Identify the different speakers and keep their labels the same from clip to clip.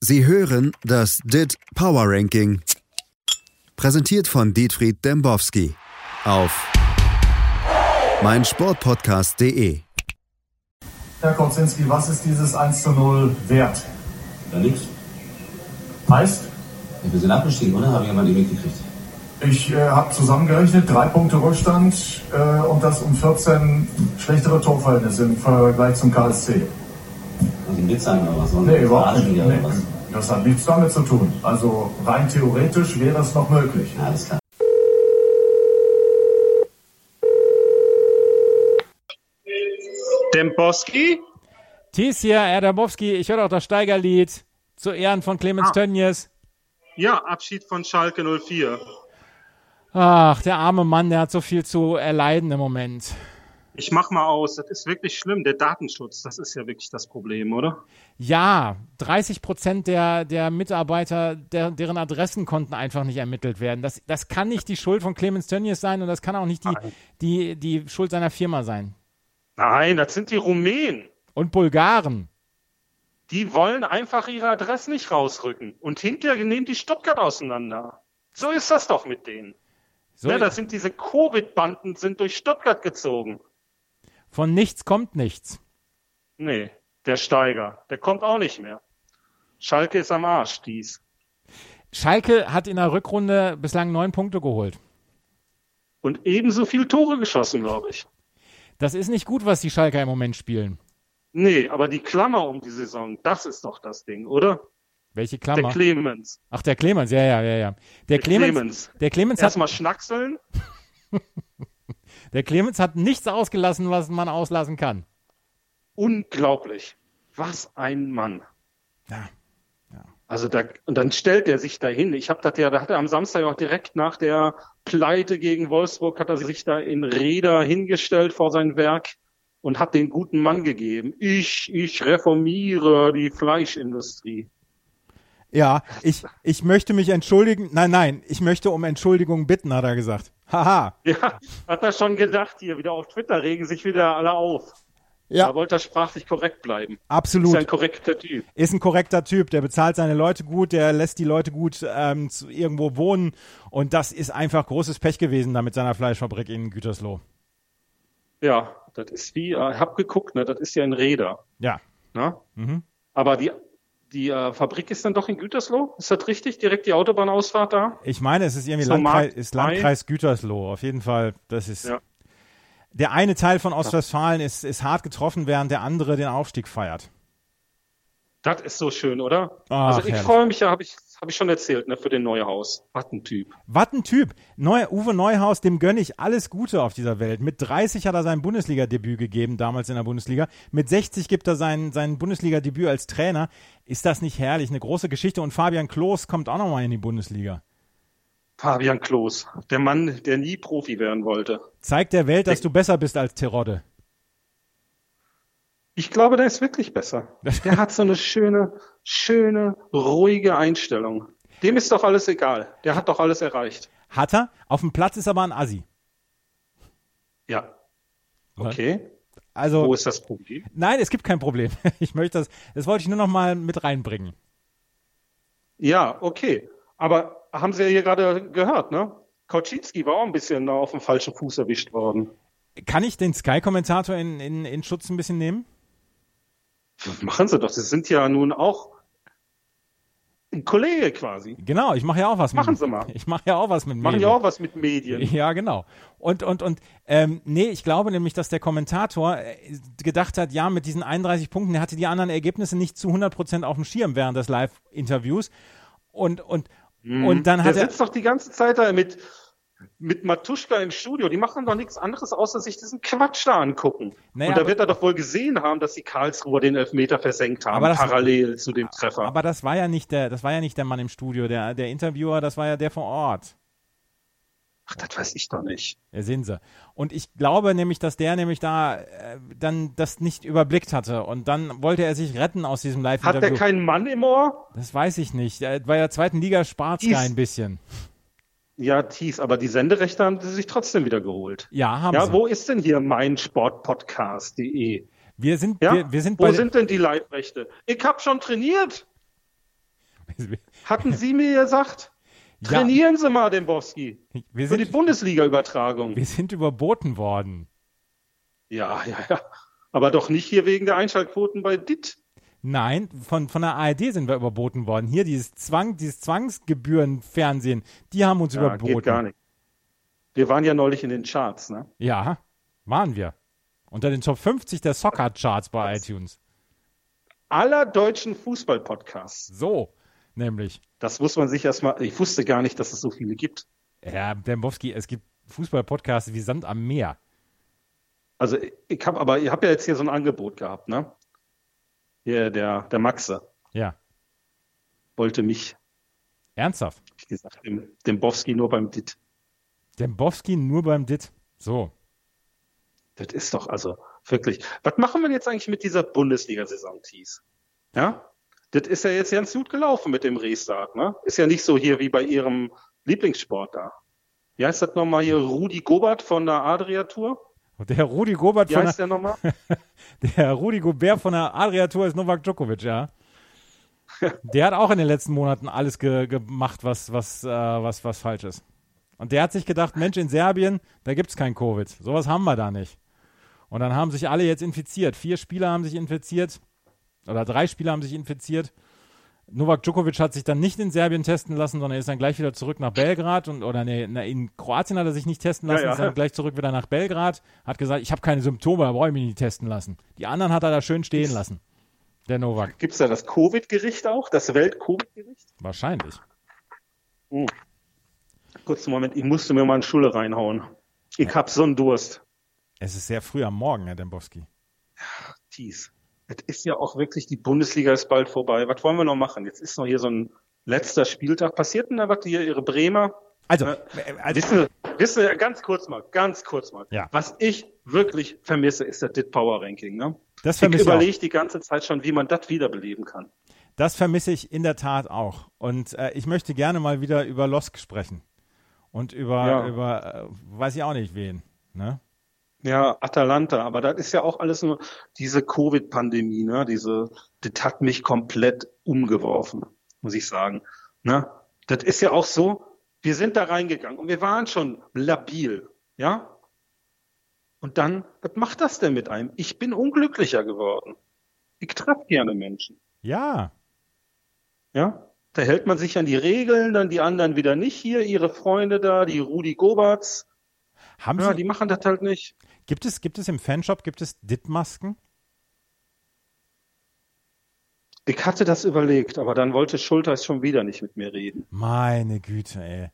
Speaker 1: Sie hören das DIT Power Ranking. Präsentiert von Dietfried Dembowski auf meinsportpodcast.de.
Speaker 2: Herr Konzinski, was ist dieses 1 zu 0 wert?
Speaker 3: Ja, nix.
Speaker 2: Heißt,
Speaker 3: Ja, wir sind abgestiegen, oder? Habe ich aber nicht mitgekriegt.
Speaker 2: ich äh, habe zusammengerechnet, drei Punkte Rückstand äh, und das um 14 schlechtere Torverhältnisse im Vergleich zum KSC.
Speaker 3: Also ein Witz sein oder was? Wollen
Speaker 2: Nee,
Speaker 3: wir
Speaker 2: überhaupt
Speaker 3: verarschen
Speaker 2: nicht.
Speaker 3: hier
Speaker 2: Nee.
Speaker 3: oder was?
Speaker 2: Das hat nichts damit zu tun. Also rein theoretisch wäre das noch möglich.
Speaker 3: Ja, alles klar.
Speaker 4: Dembowski?
Speaker 5: Ties hier, Erdamowski, ich höre auch das Steigerlied zu Ehren von Clemens
Speaker 4: Ah.
Speaker 5: Tönnies.
Speaker 4: Ja, Abschied von Schalke 04.
Speaker 5: Ach, der arme Mann, der hat so viel zu erleiden im Moment.
Speaker 4: Ich mach mal aus, das ist wirklich schlimm, der Datenschutz, das ist ja wirklich das Problem, oder?
Speaker 5: Ja, 30 Prozent der, der Mitarbeiter, der, deren Adressen konnten einfach nicht ermittelt werden. Das, das kann nicht die Schuld von Clemens Tönnies sein und das kann auch nicht die, die, die Schuld seiner Firma sein.
Speaker 4: Nein, das sind die Rumänen.
Speaker 5: Und Bulgaren.
Speaker 4: Die wollen einfach ihre Adresse nicht rausrücken. Und hinterher nehmen die Stuttgart auseinander. So ist das doch mit denen.
Speaker 5: So,
Speaker 4: ne, das sind diese Covid-Banden, sind durch Stuttgart gezogen.
Speaker 5: von nichts kommt nichts.
Speaker 4: Nee, der Steiger, der kommt auch nicht mehr. Schalke ist am Arsch, dies.
Speaker 5: Schalke hat in der Rückrunde bislang neun Punkte geholt.
Speaker 4: Und ebenso viel Tore geschossen, glaube ich.
Speaker 5: Das ist nicht gut, was die Schalker im Moment spielen.
Speaker 4: Nee, aber die Klammer um die Saison, das ist doch das Ding, oder?
Speaker 5: Welche
Speaker 4: Der
Speaker 5: Klammer?
Speaker 4: Clemens.
Speaker 5: Ach, der Clemens, ja, ja, ja, ja. Der Clemens,
Speaker 4: Clemens.
Speaker 5: Der, Clemens hat,
Speaker 4: Erstmal schnackseln.
Speaker 5: der Clemens hat nichts ausgelassen, was man auslassen kann.
Speaker 4: Unglaublich. Was ein Mann. Also da, und dann stellt er sich dahin. Ich habe das ja, da hat er am Samstag auch direkt nach der Pleite gegen Wolfsburg, hat er sich da in Reda hingestellt vor sein Werk und hat den guten Mann gegeben. Ich, ich reformiere die Fleischindustrie.
Speaker 6: Ja, ich, ich möchte mich entschuldigen. Nein, nein, ich möchte um Entschuldigung bitten, hat er gesagt. Haha.
Speaker 4: Ja, hat er schon gedacht hier. Wieder auf Twitter regen sich wieder alle auf.
Speaker 6: Ja,
Speaker 4: Da wollte er sprachlich korrekt bleiben. Ist ein
Speaker 6: absolut.
Speaker 4: korrekter Typ.
Speaker 6: Ist ein korrekter Typ, der bezahlt seine Leute gut, der lässt die Leute gut ähm, zu, irgendwo wohnen. Und das ist einfach großes Pech gewesen da mit seiner Fleischfabrik in Gütersloh.
Speaker 4: Ja, das ist wie, äh, ich hab geguckt, ne, das ist ja in Reda.
Speaker 6: Ja.
Speaker 4: Ne?
Speaker 6: Mhm.
Speaker 4: Aber die, die äh, Fabrik ist dann doch in Gütersloh? Ist das richtig? Direkt die Autobahnausfahrt da?
Speaker 6: Ich meine, es ist irgendwie
Speaker 4: So
Speaker 6: Landkreis,
Speaker 4: Markt
Speaker 6: ist Landkreis Gütersloh. Auf jeden Fall, das ist.
Speaker 4: Ja.
Speaker 6: Der eine Teil von Ostwestfalen ist, ist hart getroffen, während der andere den Aufstieg feiert.
Speaker 4: Das ist so schön, oder?
Speaker 6: Ach,
Speaker 4: also ich
Speaker 6: Ah, herrlich.
Speaker 4: freue mich ja, habe ich, hab ich schon erzählt, ne, für den Neuhaus. Was ein Typ.
Speaker 6: Was ein Typ. Neu, Uwe Neuhaus, dem gönne ich alles Gute auf dieser Welt. Mit 30 hat er sein Bundesliga-Debüt gegeben, damals in der Bundesliga. Mit 60 gibt er sein, sein Bundesliga-Debüt als Trainer. Ist das nicht herrlich? Eine große Geschichte. Und Fabian Klos kommt auch nochmal in die Bundesliga.
Speaker 4: Fabian Klos, der Mann, der nie Profi werden wollte.
Speaker 6: Zeig der Welt, dass du besser bist als Terodde.
Speaker 4: Ich glaube, der ist wirklich besser. Der hat so eine schöne, schöne, ruhige Einstellung. Dem ist doch alles egal. Der hat doch alles erreicht.
Speaker 6: Hat er. Auf dem Platz ist aber ein Assi.
Speaker 4: Ja. Okay.
Speaker 6: Also,
Speaker 4: Wo ist das Problem?
Speaker 6: nein, es gibt kein Problem. Ich möchte das, das wollte ich nur nochmal mit reinbringen.
Speaker 4: Ja, okay. Aber haben Sie ja hier gerade gehört, ne? Kauczynski war auch ein bisschen auf dem falschen Fuß erwischt worden.
Speaker 6: Kann ich den Sky-Kommentator in, in, in Schutz ein bisschen nehmen?
Speaker 4: Pff, Machen Sie doch, Sie sind ja nun auch ein Kollege quasi.
Speaker 6: Genau, ich mache ja auch was
Speaker 4: Machen
Speaker 6: mit.
Speaker 4: Sie mal.
Speaker 6: Ich mache ja auch was mit
Speaker 4: Machen ja
Speaker 6: Medien.
Speaker 4: auch was mit Medien.
Speaker 6: Ja, genau. Und, und, und, ähm, nee, ich glaube nämlich, dass der Kommentator äh, gedacht hat, ja, mit diesen 31 Punkten, der hatte die anderen Ergebnisse nicht zu 100 Prozent auf dem Schirm während des Live-Interviews. Und, und, und dann
Speaker 4: Hm, Der
Speaker 6: hat er,
Speaker 4: sitzt doch die ganze Zeit da mit, mit Matuschka im Studio. Die machen doch nichts anderes, außer sich diesen Quatsch da angucken.
Speaker 6: Naja,
Speaker 4: Und da
Speaker 6: aber-
Speaker 4: wird er doch wohl gesehen haben, dass die Karlsruher den Elfmeter versenkt haben,
Speaker 6: Aber das-
Speaker 4: parallel zu dem Treffer.
Speaker 6: aber das war ja nicht der, das war ja nicht der Mann im Studio, der, der Interviewer, das war ja der vor Ort.
Speaker 4: Ach, das weiß ich doch nicht.
Speaker 6: Ja, Äh, sehen Sie. Und ich glaube nämlich, dass der nämlich da äh, dann das nicht überblickt hatte. Und dann wollte er sich retten aus diesem
Speaker 4: Hat der
Speaker 6: Live-Interview.
Speaker 4: keinen Mann im Ohr?
Speaker 6: Das weiß ich nicht. Äh, Bei der zweiten Liga spart Sky
Speaker 4: Dies-
Speaker 6: ein bisschen.
Speaker 4: Ja, Thies, aber die Senderechte haben sie sich trotzdem wieder geholt.
Speaker 6: Ja, haben
Speaker 4: Ja,
Speaker 6: sie.
Speaker 4: wo ist denn hier mein Sportpodcast.de?
Speaker 6: Wir sind,
Speaker 4: Ja?
Speaker 6: wir, wir sind
Speaker 4: wo
Speaker 6: bei
Speaker 4: sind denn die Leibrechte? Ich hab schon trainiert. Hatten Sie mir gesagt,
Speaker 6: Ja.
Speaker 4: trainieren Sie mal den Boski
Speaker 6: Wir
Speaker 4: für die
Speaker 6: sind,
Speaker 4: Bundesliga-Übertragung.
Speaker 6: wir sind überboten worden.
Speaker 4: Ja, ja, ja. Aber doch nicht hier wegen der Einschaltquoten bei DIT.
Speaker 6: Nein, von, von der ARD sind wir überboten worden. Hier dieses Zwang, dieses Zwangsgebührenfernsehen, die haben uns
Speaker 4: Ja,
Speaker 6: überboten.
Speaker 4: geht gar nicht. Wir waren ja neulich in den Charts, ne?
Speaker 6: Ja, waren wir. Unter den Top 50 der Soccer Charts bei iTunes.
Speaker 4: Aller deutschen Fußball-Podcasts.
Speaker 6: So, nämlich.
Speaker 4: Das muss man sich erstmal. Ich wusste gar nicht, dass es so viele gibt.
Speaker 6: Herr Dembowski, es gibt Fußball-Podcasts wie Sand am Meer.
Speaker 4: Also ich habe aber, ihr habt ja jetzt hier so ein Angebot gehabt, ne? Hier, der, der Maxe
Speaker 6: Ja,
Speaker 4: wollte mich,
Speaker 6: ernsthaft.
Speaker 4: wie gesagt, dem, dem Bowski nur beim DIT.
Speaker 6: Dembowski nur beim DIT. So.
Speaker 4: Das ist doch also wirklich. Was machen wir jetzt eigentlich mit dieser Bundesliga-Saison, Thies? Ja? Das ist ja jetzt ganz gut gelaufen mit dem Restart, ne? Ist ja nicht so hier wie bei ihrem Lieblingssport da. Wie heißt das nochmal hier? Rudi Gobert von der Adria-Tour?
Speaker 6: Und der Rudi Gobert
Speaker 4: Wie
Speaker 6: von
Speaker 4: heißt
Speaker 6: der,
Speaker 4: der nochmal?
Speaker 6: der Rudi Gobert von der Adria-Tour ist Novak Djokovic, ja. Der hat auch in den letzten Monaten alles ge gemacht, was, was, äh, was, was falsch ist. Und der hat sich gedacht, Mensch, in Serbien, da gibt's kein Covid. Sowas haben wir da nicht. Und dann haben sich alle jetzt infiziert. Vier Spieler haben sich infiziert. Oder drei Spieler haben sich infiziert. Novak Djokovic hat sich dann nicht in Serbien testen lassen, sondern ist dann gleich wieder zurück nach Belgrad und oder nee, na, in Kroatien hat er sich nicht testen lassen,
Speaker 4: Ja, ja.
Speaker 6: ist dann gleich zurück wieder nach Belgrad, hat gesagt, ich habe keine Symptome, da brauche ich mich nicht testen lassen. Die anderen hat er da schön stehen lassen. Der Novak.
Speaker 4: Gibt's da das Covid-Gericht auch? Das Welt-Covid-Gericht?
Speaker 6: Wahrscheinlich.
Speaker 4: Kurzen Moment, ich musste mir mal eine Schule reinhauen. Ich hab so einen Durst.
Speaker 6: Es ist sehr früh am Morgen, Herr Dembowski.
Speaker 4: Thies. Es ist ja auch wirklich, die Bundesliga ist bald vorbei. Was wollen wir noch machen? Jetzt ist noch hier so ein letzter Spieltag. Passiert denn da was hier, Ihre Bremer?
Speaker 6: Also,
Speaker 4: Äh,
Speaker 6: äh, also
Speaker 4: Wissen Sie, wissen Sie, ganz kurz mal, ganz kurz mal.
Speaker 6: Ja.
Speaker 4: Was ich wirklich vermisse, ist das Dit Power Ranking. Ne?
Speaker 6: das
Speaker 4: Ich
Speaker 6: vermisse ich, auch.
Speaker 4: überlege die ganze Zeit schon, wie man das wiederbeleben kann.
Speaker 6: das vermisse ich in der Tat auch. Und äh, ich möchte gerne mal wieder über Losk sprechen und über
Speaker 4: Ja.
Speaker 6: über äh, weiß ich auch nicht wen. Ne?
Speaker 4: Ja, Atalanta, aber das ist ja auch alles nur diese Covid-Pandemie, ne? Diese, das hat mich komplett umgeworfen, muss ich sagen. Ne? Das ist ja auch so, wir sind da reingegangen und wir waren schon labil, ja? Und dann, was macht das denn mit einem? Ich bin unglücklicher geworden. Ich treffe gerne Menschen.
Speaker 6: Ja,
Speaker 4: Ja, da hält man sich an die Regeln, dann die anderen wieder nicht hier, ihre Freunde da, die Rudi Goberts,
Speaker 6: haben
Speaker 4: ja,
Speaker 6: Sie,
Speaker 4: die machen das halt nicht.
Speaker 6: gibt es gibt es im Fanshop gibt es Dit-Masken?
Speaker 4: Ich hatte das überlegt, aber dann wollte Schulteis schon wieder nicht mit mir reden.
Speaker 6: Meine Güte, ey.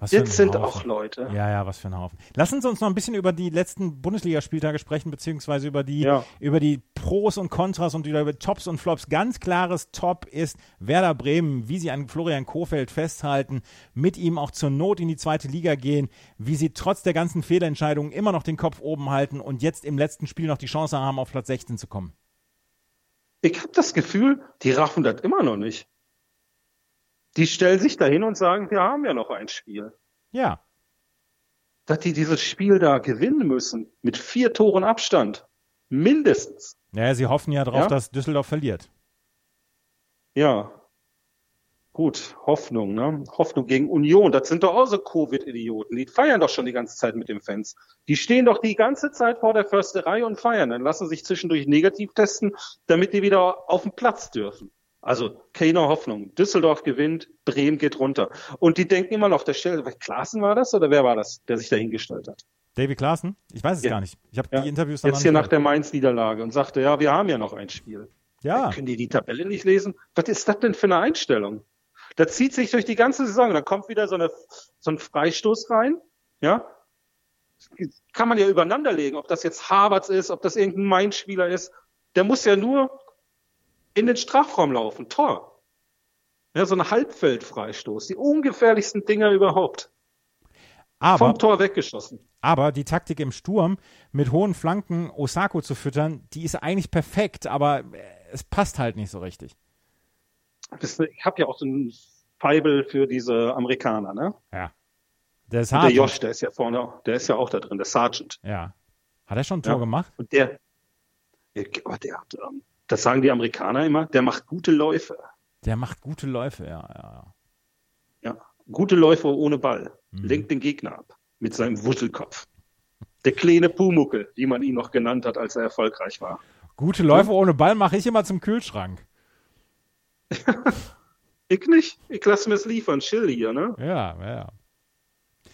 Speaker 6: Was für
Speaker 4: Jetzt
Speaker 6: ein
Speaker 4: sind
Speaker 6: Haufen.
Speaker 4: auch Leute.
Speaker 6: Ja, ja, was für ein Haufen. Lassen Sie uns noch ein bisschen über die letzten Bundesligaspieltage sprechen, beziehungsweise über die,
Speaker 4: Ja.
Speaker 6: über die Pros und Kontras und wieder über Tops und Flops. Ganz klares Top ist Werder Bremen, wie sie an Florian Kofeld festhalten, mit ihm auch zur Not in die zweite Liga gehen, wie sie trotz der ganzen Fehlentscheidungen immer noch den Kopf oben halten und jetzt im letzten Spiel noch die Chance haben, auf Platz 16 zu kommen.
Speaker 4: Ich habe das Gefühl, die raffen das immer noch nicht. Die stellen sich dahin und sagen, wir haben ja noch ein Spiel.
Speaker 6: Ja,
Speaker 4: Dass die dieses Spiel da gewinnen müssen, mit vier Toren Abstand. Mindestens.
Speaker 6: naja, sie hoffen ja drauf,
Speaker 4: Ja.
Speaker 6: dass Düsseldorf verliert.
Speaker 4: Ja. Gut, Hoffnung, ne? Hoffnung gegen Union. Das sind doch auch so Covid-Idioten. Die feiern doch schon die ganze Zeit mit den Fans. Die stehen doch die ganze Zeit vor der Försterei und feiern. Dann lassen sich zwischendurch negativ testen, damit die wieder auf den Platz dürfen. Also keine Hoffnung. Düsseldorf gewinnt, Bremen geht runter. Und die denken immer noch auf der Stelle, Klaassen war das oder wer war das, der sich dahingestellt hat?
Speaker 6: David Klaassen? Ich weiß es
Speaker 4: Ja.
Speaker 6: gar nicht. Ich habe
Speaker 4: Ja.
Speaker 6: die Interviews danach
Speaker 4: Jetzt hier
Speaker 6: nicht
Speaker 4: nach der Mainz-Niederlage und sagte, ja, wir haben ja noch ein Spiel.
Speaker 6: Ja.
Speaker 4: Können die die Tabelle nicht lesen? Was ist das denn für eine Einstellung? Das zieht sich durch die ganze Saison. Dann kommt wieder so, eine, so ein Freistoß rein. Ja. Kann man ja übereinanderlegen, ob das jetzt Harvards ist, ob das irgendein Main-Spieler ist. Der muss ja nur in den Strafraum laufen. Tor. Ja, so ein Halbfeldfreistoß. Die ungefährlichsten Dinger überhaupt.
Speaker 6: Aber
Speaker 4: Vom Tor weggeschossen.
Speaker 6: Aber die Taktik im Sturm, mit hohen Flanken Osako zu füttern, die ist eigentlich perfekt, aber äh, es passt halt nicht so richtig.
Speaker 4: Das, ich habe ja auch so ein Feibel für diese Amerikaner, ne?
Speaker 6: Ja. Der ist
Speaker 4: Und Der
Speaker 6: hart.
Speaker 4: Josh, der ist ja vorne, auch- der ist ja auch da drin, der Sergeant.
Speaker 6: Ja. Hat er schon ein Tor
Speaker 4: Ja.
Speaker 6: gemacht?
Speaker 4: Und der, der, oh, der hat, ähm, das sagen die Amerikaner immer, der macht gute Läufe.
Speaker 6: Der macht gute Läufe, ja. ja.
Speaker 4: Ja. Gute Läufer ohne Ball. Lenkt den Gegner ab. Mit seinem Wuschelkopf. Der kleine Pumuckel, wie man ihn noch genannt hat, als er erfolgreich war.
Speaker 6: Gute Läufe ohne Ball mache ich immer zum Kühlschrank.
Speaker 4: Ich nicht. Ich lasse mir es liefern. Chill hier, ne?
Speaker 6: Ja, ja, ja.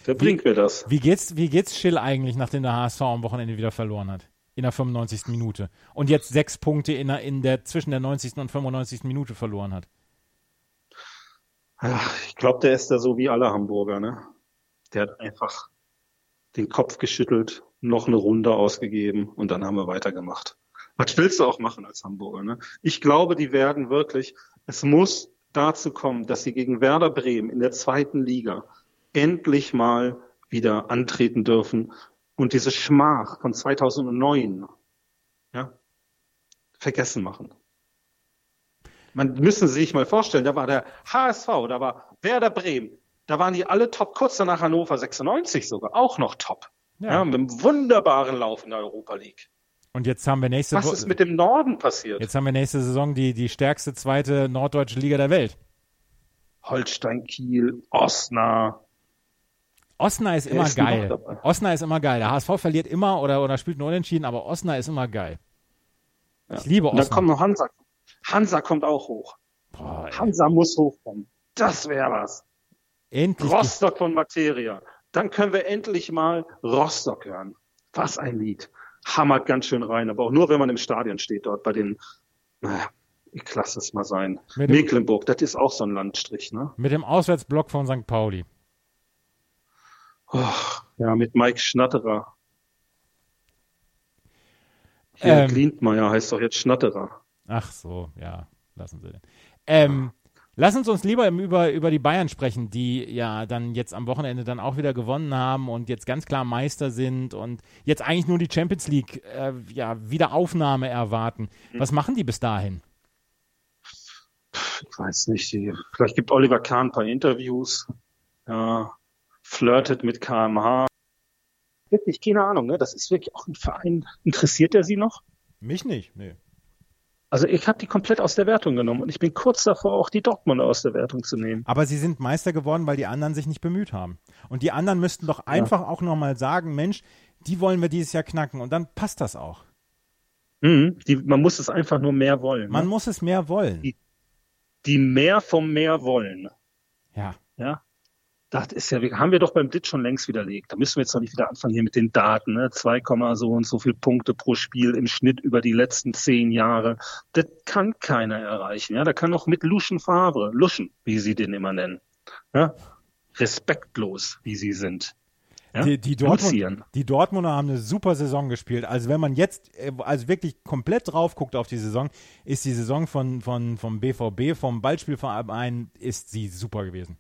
Speaker 4: Wer bringt mir das?
Speaker 6: Wie geht's, wie geht's Schill eigentlich, nachdem der HSV am Wochenende wieder verloren hat? In der 95. Minute. Und jetzt sechs Punkte in der, in der, zwischen der 90. und 95. Minute verloren hat.
Speaker 4: Ach, ich glaube, der ist da so wie alle Hamburger, ne? Der hat einfach den Kopf geschüttelt, noch eine Runde ausgegeben und dann haben wir weitergemacht. Was willst du auch machen als Hamburger, ne? Ich glaube, die werden wirklich, es muss dazu kommen, dass sie gegen Werder Bremen in der zweiten Liga endlich mal wieder antreten dürfen und diese Schmach von 2009, ja, vergessen machen. Man müssen Sie sich mal vorstellen, da war der HSV, da war Werder Bremen, da waren die alle top, kurz danach Hannover 96 sogar, auch noch top. Ja. mit einem wunderbaren Lauf in der Europa League.
Speaker 6: Und jetzt haben wir nächste
Speaker 4: Was
Speaker 6: Wo-
Speaker 4: ist mit dem Norden passiert?
Speaker 6: Jetzt haben wir nächste Saison die, die stärkste zweite norddeutsche Liga der Welt.
Speaker 4: Holstein Kiel, Osnabrück.
Speaker 6: Osnabrück ist immer
Speaker 4: ist denn
Speaker 6: geil.
Speaker 4: noch dabei?
Speaker 6: Osnabrück ist immer geil. Der HSV verliert immer oder, oder spielt nur unentschieden, aber Osnabrück ist immer geil. Ich liebe
Speaker 4: Und dann kommt
Speaker 6: Osnabrück.
Speaker 4: noch Hansa. Hansa kommt auch hoch.
Speaker 6: Boah, ey.
Speaker 4: Hansa muss hochkommen. Das wäre was.
Speaker 6: Endlich
Speaker 4: Rostock von Materia. Dann können wir endlich mal Rostock hören. Was ein Lied. Hammert ganz schön rein, aber auch nur, wenn man im Stadion steht dort bei den, naja, ich lasse es mal sein.
Speaker 6: Mit dem-
Speaker 4: Mecklenburg, das ist auch so ein Landstrich, ne?
Speaker 6: mit dem Auswärtsblock von St. Pauli.
Speaker 4: Och, ja, mit Mike Schnatterer. Hier,
Speaker 6: Ähm.
Speaker 4: Glindmeier heißt doch jetzt Schnatterer.
Speaker 6: Ach so, ja, lassen Sie den. Ähm, lass uns uns lieber im- über, über die Bayern sprechen, die ja dann jetzt am Wochenende dann auch wieder gewonnen haben und jetzt ganz klar Meister sind und jetzt eigentlich nur die Champions League äh, ja, Wiederaufnahme erwarten. Was machen die bis dahin?
Speaker 4: Ich weiß nicht, die, vielleicht gibt Oliver Kahn ein paar Interviews. Ja, flirtet mit KMH. Wirklich, keine Ahnung, ne? Das ist wirklich auch ein Verein. Interessiert er sie noch?
Speaker 6: Mich nicht, nee.
Speaker 4: Also ich habe die komplett aus der Wertung genommen und ich bin kurz davor, auch die Dortmunder aus der Wertung zu nehmen.
Speaker 6: Aber sie sind Meister geworden, weil die anderen sich nicht bemüht haben. Und die anderen müssten doch einfach auch nochmal sagen, Mensch, die wollen wir dieses Jahr knacken. Und dann passt das auch.
Speaker 4: Mhm, die, man muss es einfach nur mehr wollen.
Speaker 6: Man
Speaker 4: ne?
Speaker 6: muss es mehr wollen.
Speaker 4: Die mehr vom mehr wollen. ne?
Speaker 6: Ja.
Speaker 4: Ja. Das ist ja, haben wir doch beim Dit schon längst widerlegt. Da müssen wir jetzt noch nicht wieder anfangen hier mit den Daten. Ne? 2, Komma so und so viel Punkte pro Spiel im Schnitt über die letzten zehn Jahre. Das kann keiner erreichen. Ja, da kann auch mit Luschen Favre, Luschen, wie sie den immer nennen. Ja? Respektlos, wie sie sind. Ja?
Speaker 6: Die, die, Dortmund,
Speaker 4: Luzieren.
Speaker 6: die Dortmunder haben eine super Saison gespielt. Also wenn man jetzt äh, also wirklich komplett drauf guckt auf die Saison, ist die Saison von, von, vom BVB, vom Ballspielverein, ist sie super gewesen.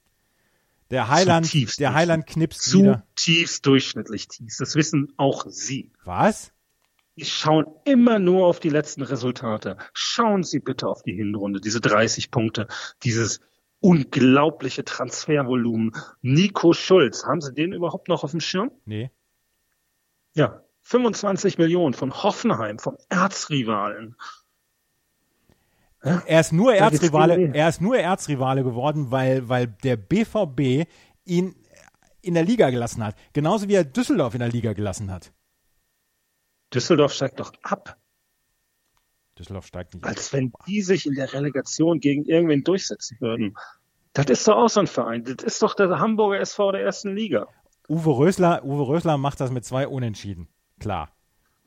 Speaker 6: Der Heiland,
Speaker 4: Zutiefst
Speaker 6: der
Speaker 4: nicht.
Speaker 6: Heiland knipst wieder.
Speaker 4: Zutiefst durchschnittlich tief. Das wissen auch Sie.
Speaker 6: Was?
Speaker 4: Sie schauen immer nur auf die letzten Resultate. Schauen Sie bitte auf die Hinrunde, diese 30 Punkte, dieses unglaubliche Transfervolumen. Nico Schulz, haben Sie den überhaupt noch auf dem Schirm?
Speaker 6: Nee.
Speaker 4: Ja. 25 Millionen von Hoffenheim, vom Erzrivalen.
Speaker 6: Er ist nur
Speaker 4: Da geht's
Speaker 6: Erzrivale,
Speaker 4: gegen wen?
Speaker 6: er ist nur Erzrivale geworden, weil, weil der BVB ihn in der Liga gelassen hat. Genauso wie er Düsseldorf in der Liga gelassen hat.
Speaker 4: Düsseldorf steigt doch ab,
Speaker 6: Düsseldorf steigt nicht.
Speaker 4: als wenn die sich in der Relegation gegen irgendwen durchsetzen würden. Das ist doch auch so ein Verein. Das ist doch der Hamburger SV der ersten Liga.
Speaker 6: Uwe Rösler, Uwe Rösler macht das mit zwei Unentschieden. Klar.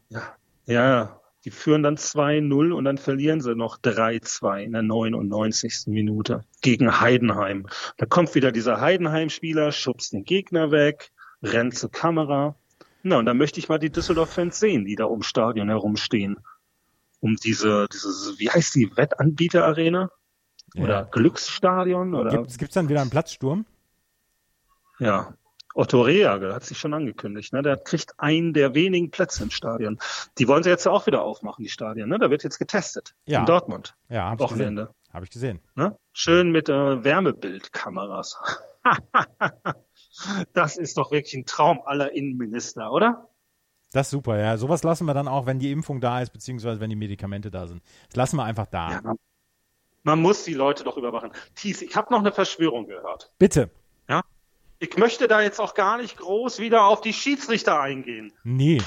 Speaker 4: Ja, ja. Die führen dann 2-0 und dann verlieren sie noch 3-2 in der 99. Minute gegen Heidenheim. Da kommt wieder dieser Heidenheim-Spieler, schubst den Gegner weg, rennt zur Kamera. Na, und dann möchte ich mal die Düsseldorf-Fans sehen, die da ums Stadion herumstehen. Um diese, diese, wie heißt die, Wettanbieter-Arena? Oder Glücksstadion? Oder,
Speaker 6: Gibt es dann wieder einen Platzsturm?
Speaker 4: ja. Otto Rehagel hat sich schon angekündigt. Ne? Der kriegt einen der wenigen Plätze im Stadion. Die wollen sie jetzt auch wieder aufmachen, die Stadien. Ne? Da wird jetzt getestet.
Speaker 6: Ja.
Speaker 4: In Dortmund.
Speaker 6: Ja,
Speaker 4: Am
Speaker 6: habe ich gesehen.
Speaker 4: Wochenende.
Speaker 6: Hab ich gesehen.
Speaker 4: Ne? Schön mit äh, Wärmebildkameras. das ist doch wirklich ein Traum aller Innenminister, oder?
Speaker 6: Das ist super, ja. Sowas lassen wir dann auch, wenn die Impfung da ist, beziehungsweise wenn die Medikamente da sind. Das lassen wir einfach da.
Speaker 4: Ja. Man muss die Leute doch überwachen. Thies, ich habe noch eine Verschwörung gehört.
Speaker 6: Bitte.
Speaker 4: Ja? Ich möchte da jetzt auch gar nicht groß wieder auf die Schiedsrichter eingehen.
Speaker 6: Nee.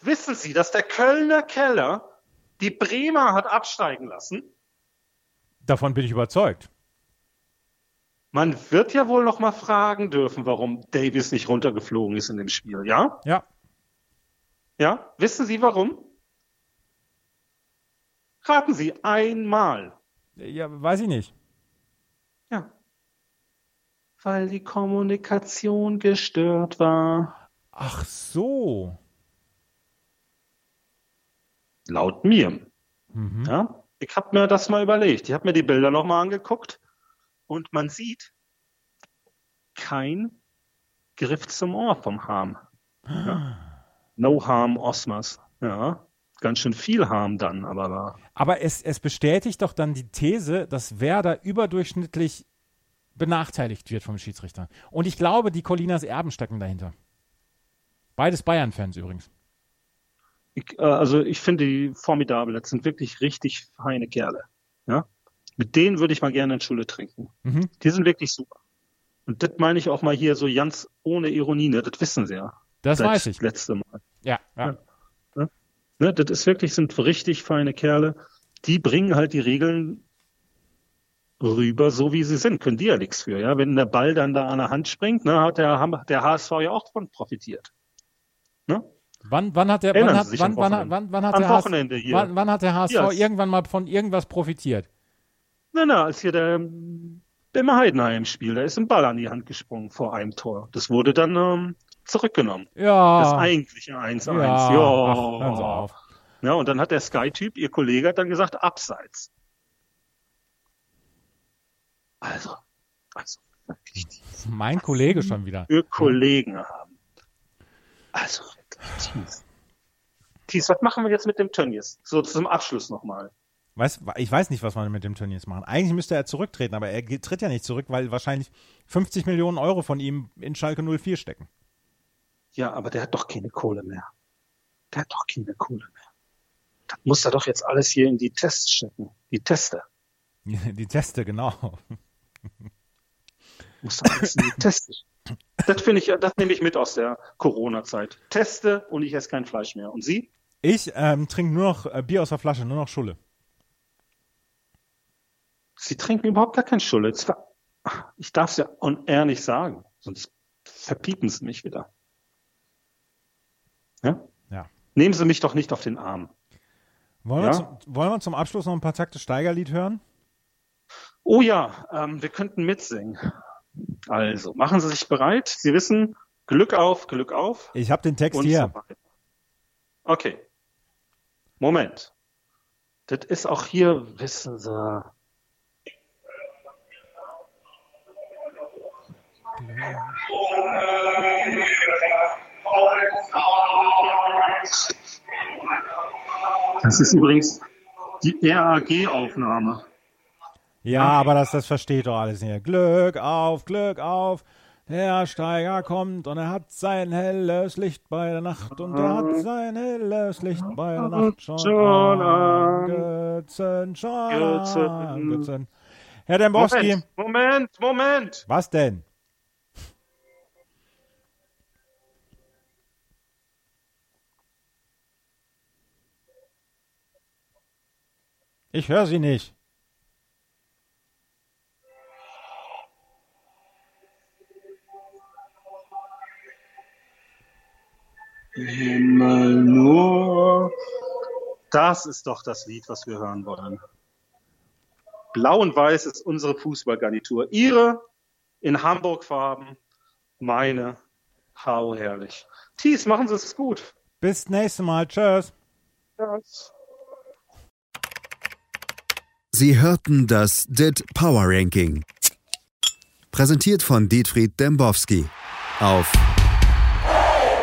Speaker 4: Wissen Sie, dass der Kölner Keller die Bremer hat absteigen lassen?
Speaker 6: Davon bin ich überzeugt.
Speaker 4: Man wird ja wohl noch mal fragen dürfen, warum Davis nicht runtergeflogen ist in dem Spiel, ja?
Speaker 6: Ja.
Speaker 4: Ja? Wissen Sie warum? Raten Sie einmal.
Speaker 6: Ja, weiß ich nicht.
Speaker 4: Ja. Weil die Kommunikation gestört war.
Speaker 6: Ach so.
Speaker 4: Laut mir.
Speaker 6: Mhm.
Speaker 4: Ja? Ich habe mir das mal überlegt. Ich habe mir die Bilder noch mal angeguckt und man sieht kein Griff zum Ohr vom Harm. Ja? No Harm Osmas. Ja. Ganz schön viel Harm dann, aber war.
Speaker 6: Aber es, es bestätigt doch dann die These, dass Werder überdurchschnittlich benachteiligt wird vom Schiedsrichter. Und ich glaube, die Colinas Erben stecken dahinter. Beides Bayern-Fans übrigens.
Speaker 4: Ich, äh, also ich finde die formidabel. Das sind wirklich richtig feine Kerle. Ja? Mit denen würde ich mal gerne in Schule trinken.
Speaker 6: Mhm.
Speaker 4: Die sind wirklich super. Und das meine ich auch mal hier so ganz ohne Ironie. Ne? Das wissen sie ja.
Speaker 6: Das
Speaker 4: Seit
Speaker 6: weiß ich.
Speaker 4: Letzte Mal.
Speaker 6: Ja, ja.
Speaker 4: Ne? Das ist wirklich, sind richtig feine Kerle. Die bringen halt die Regeln rüber, so wie sie sind. Können die ja nichts für. Ja? Wenn der Ball dann da an der Hand springt, ne, hat der, haben der HSV ja auch davon profitiert. Ne?
Speaker 6: Wann, wann hat der,
Speaker 4: Erinnern
Speaker 6: wann
Speaker 4: Sie
Speaker 6: hat,
Speaker 4: sich
Speaker 6: wann,
Speaker 4: am
Speaker 6: wann,
Speaker 4: Wochenende?
Speaker 6: wann, wann hat
Speaker 4: Am
Speaker 6: der HSV,
Speaker 4: Wochenende hier.
Speaker 6: Wann, wann hat der HSV
Speaker 4: Hier ist-
Speaker 6: irgendwann mal von irgendwas profitiert?
Speaker 4: Na, na, als hier der Bimmer Heidenheim spiel, da ist ein Ball an die Hand gesprungen vor einem Tor. Das wurde dann ähm, zurückgenommen. Das
Speaker 6: Ja.
Speaker 4: eigentliche 1-1. Ja.
Speaker 6: Ah. Ach, also hören Sie auf.
Speaker 4: Ja, und dann hat der Sky-Typ, ihr Kollege, hat dann gesagt, abseits. Also, also, wirklich, die
Speaker 6: Mein Kollege schon wieder.
Speaker 4: für Kollegen haben. Also, wirklich, Thies. Thies, was machen wir jetzt mit dem Tönnies? So zum Abschluss nochmal.
Speaker 6: Weiß, ich weiß nicht, was man mit dem Turnier jetzt machen. Eigentlich müsste er zurücktreten, aber er geht- tritt ja nicht zurück, weil wahrscheinlich 50 Millionen Euro von ihm in Schalke 04 stecken.
Speaker 4: Ja, aber der hat doch keine Kohle mehr. Der hat doch keine Kohle mehr. Das muss er doch jetzt alles hier in die Tests stecken. Die Tester.
Speaker 6: Die Teste, genau.
Speaker 4: Muss er alles in die Teste stecken. Das finde ich, das nehme ich mit aus der Corona-Zeit. Teste und ich esse kein Fleisch mehr. Und Sie?
Speaker 6: Ich ähm, trinke nur noch äh, Bier aus der Flasche, nur noch Schulle.
Speaker 4: Sie trinken überhaupt gar kein Schulle. Jetzt ver- Ich darf es ja unehrlich sagen, sonst verpiepen Sie mich wieder. Ja?
Speaker 6: Ja.
Speaker 4: Nehmen Sie mich doch nicht auf den Arm.
Speaker 6: Wollen,
Speaker 4: Ja.
Speaker 6: wir zum, wollen wir zum Abschluss noch ein paar Takte Steigerlied hören?
Speaker 4: Oh ja, ähm, wir könnten mitsingen. Also, machen Sie sich bereit. Sie wissen, Glück auf, Glück auf.
Speaker 6: Ich habe den Text
Speaker 4: Und
Speaker 6: hier.
Speaker 4: so weiter. Okay. Moment. Das ist auch hier, wissen Sie. Das ist übrigens die RAG-Aufnahme.
Speaker 6: Ja, aber das, das versteht doch alles nicht. Glück auf, Glück auf. Der Steiger kommt und er hat sein helles Licht bei der Nacht und er hat sein helles Licht bei der Nacht schon,
Speaker 4: Schon an.
Speaker 6: angezündet, schon
Speaker 4: Gezündet.
Speaker 6: angezündet. Herr Dembowski,
Speaker 4: Moment, Moment, Moment.
Speaker 6: was denn? Ich höre Sie nicht.
Speaker 4: Himmel nur. Das ist doch das Lied, was wir hören wollen. Blau und Weiß ist unsere Fußballgarnitur. Ihre in Hamburg-Farben, meine hau herrlich. Thies, machen Sie es gut.
Speaker 6: Bis nächstes Mal. Tschüss.
Speaker 4: Tschüss.
Speaker 1: Sie hörten das DIT Power Ranking. Präsentiert von Dietfried Dembowski auf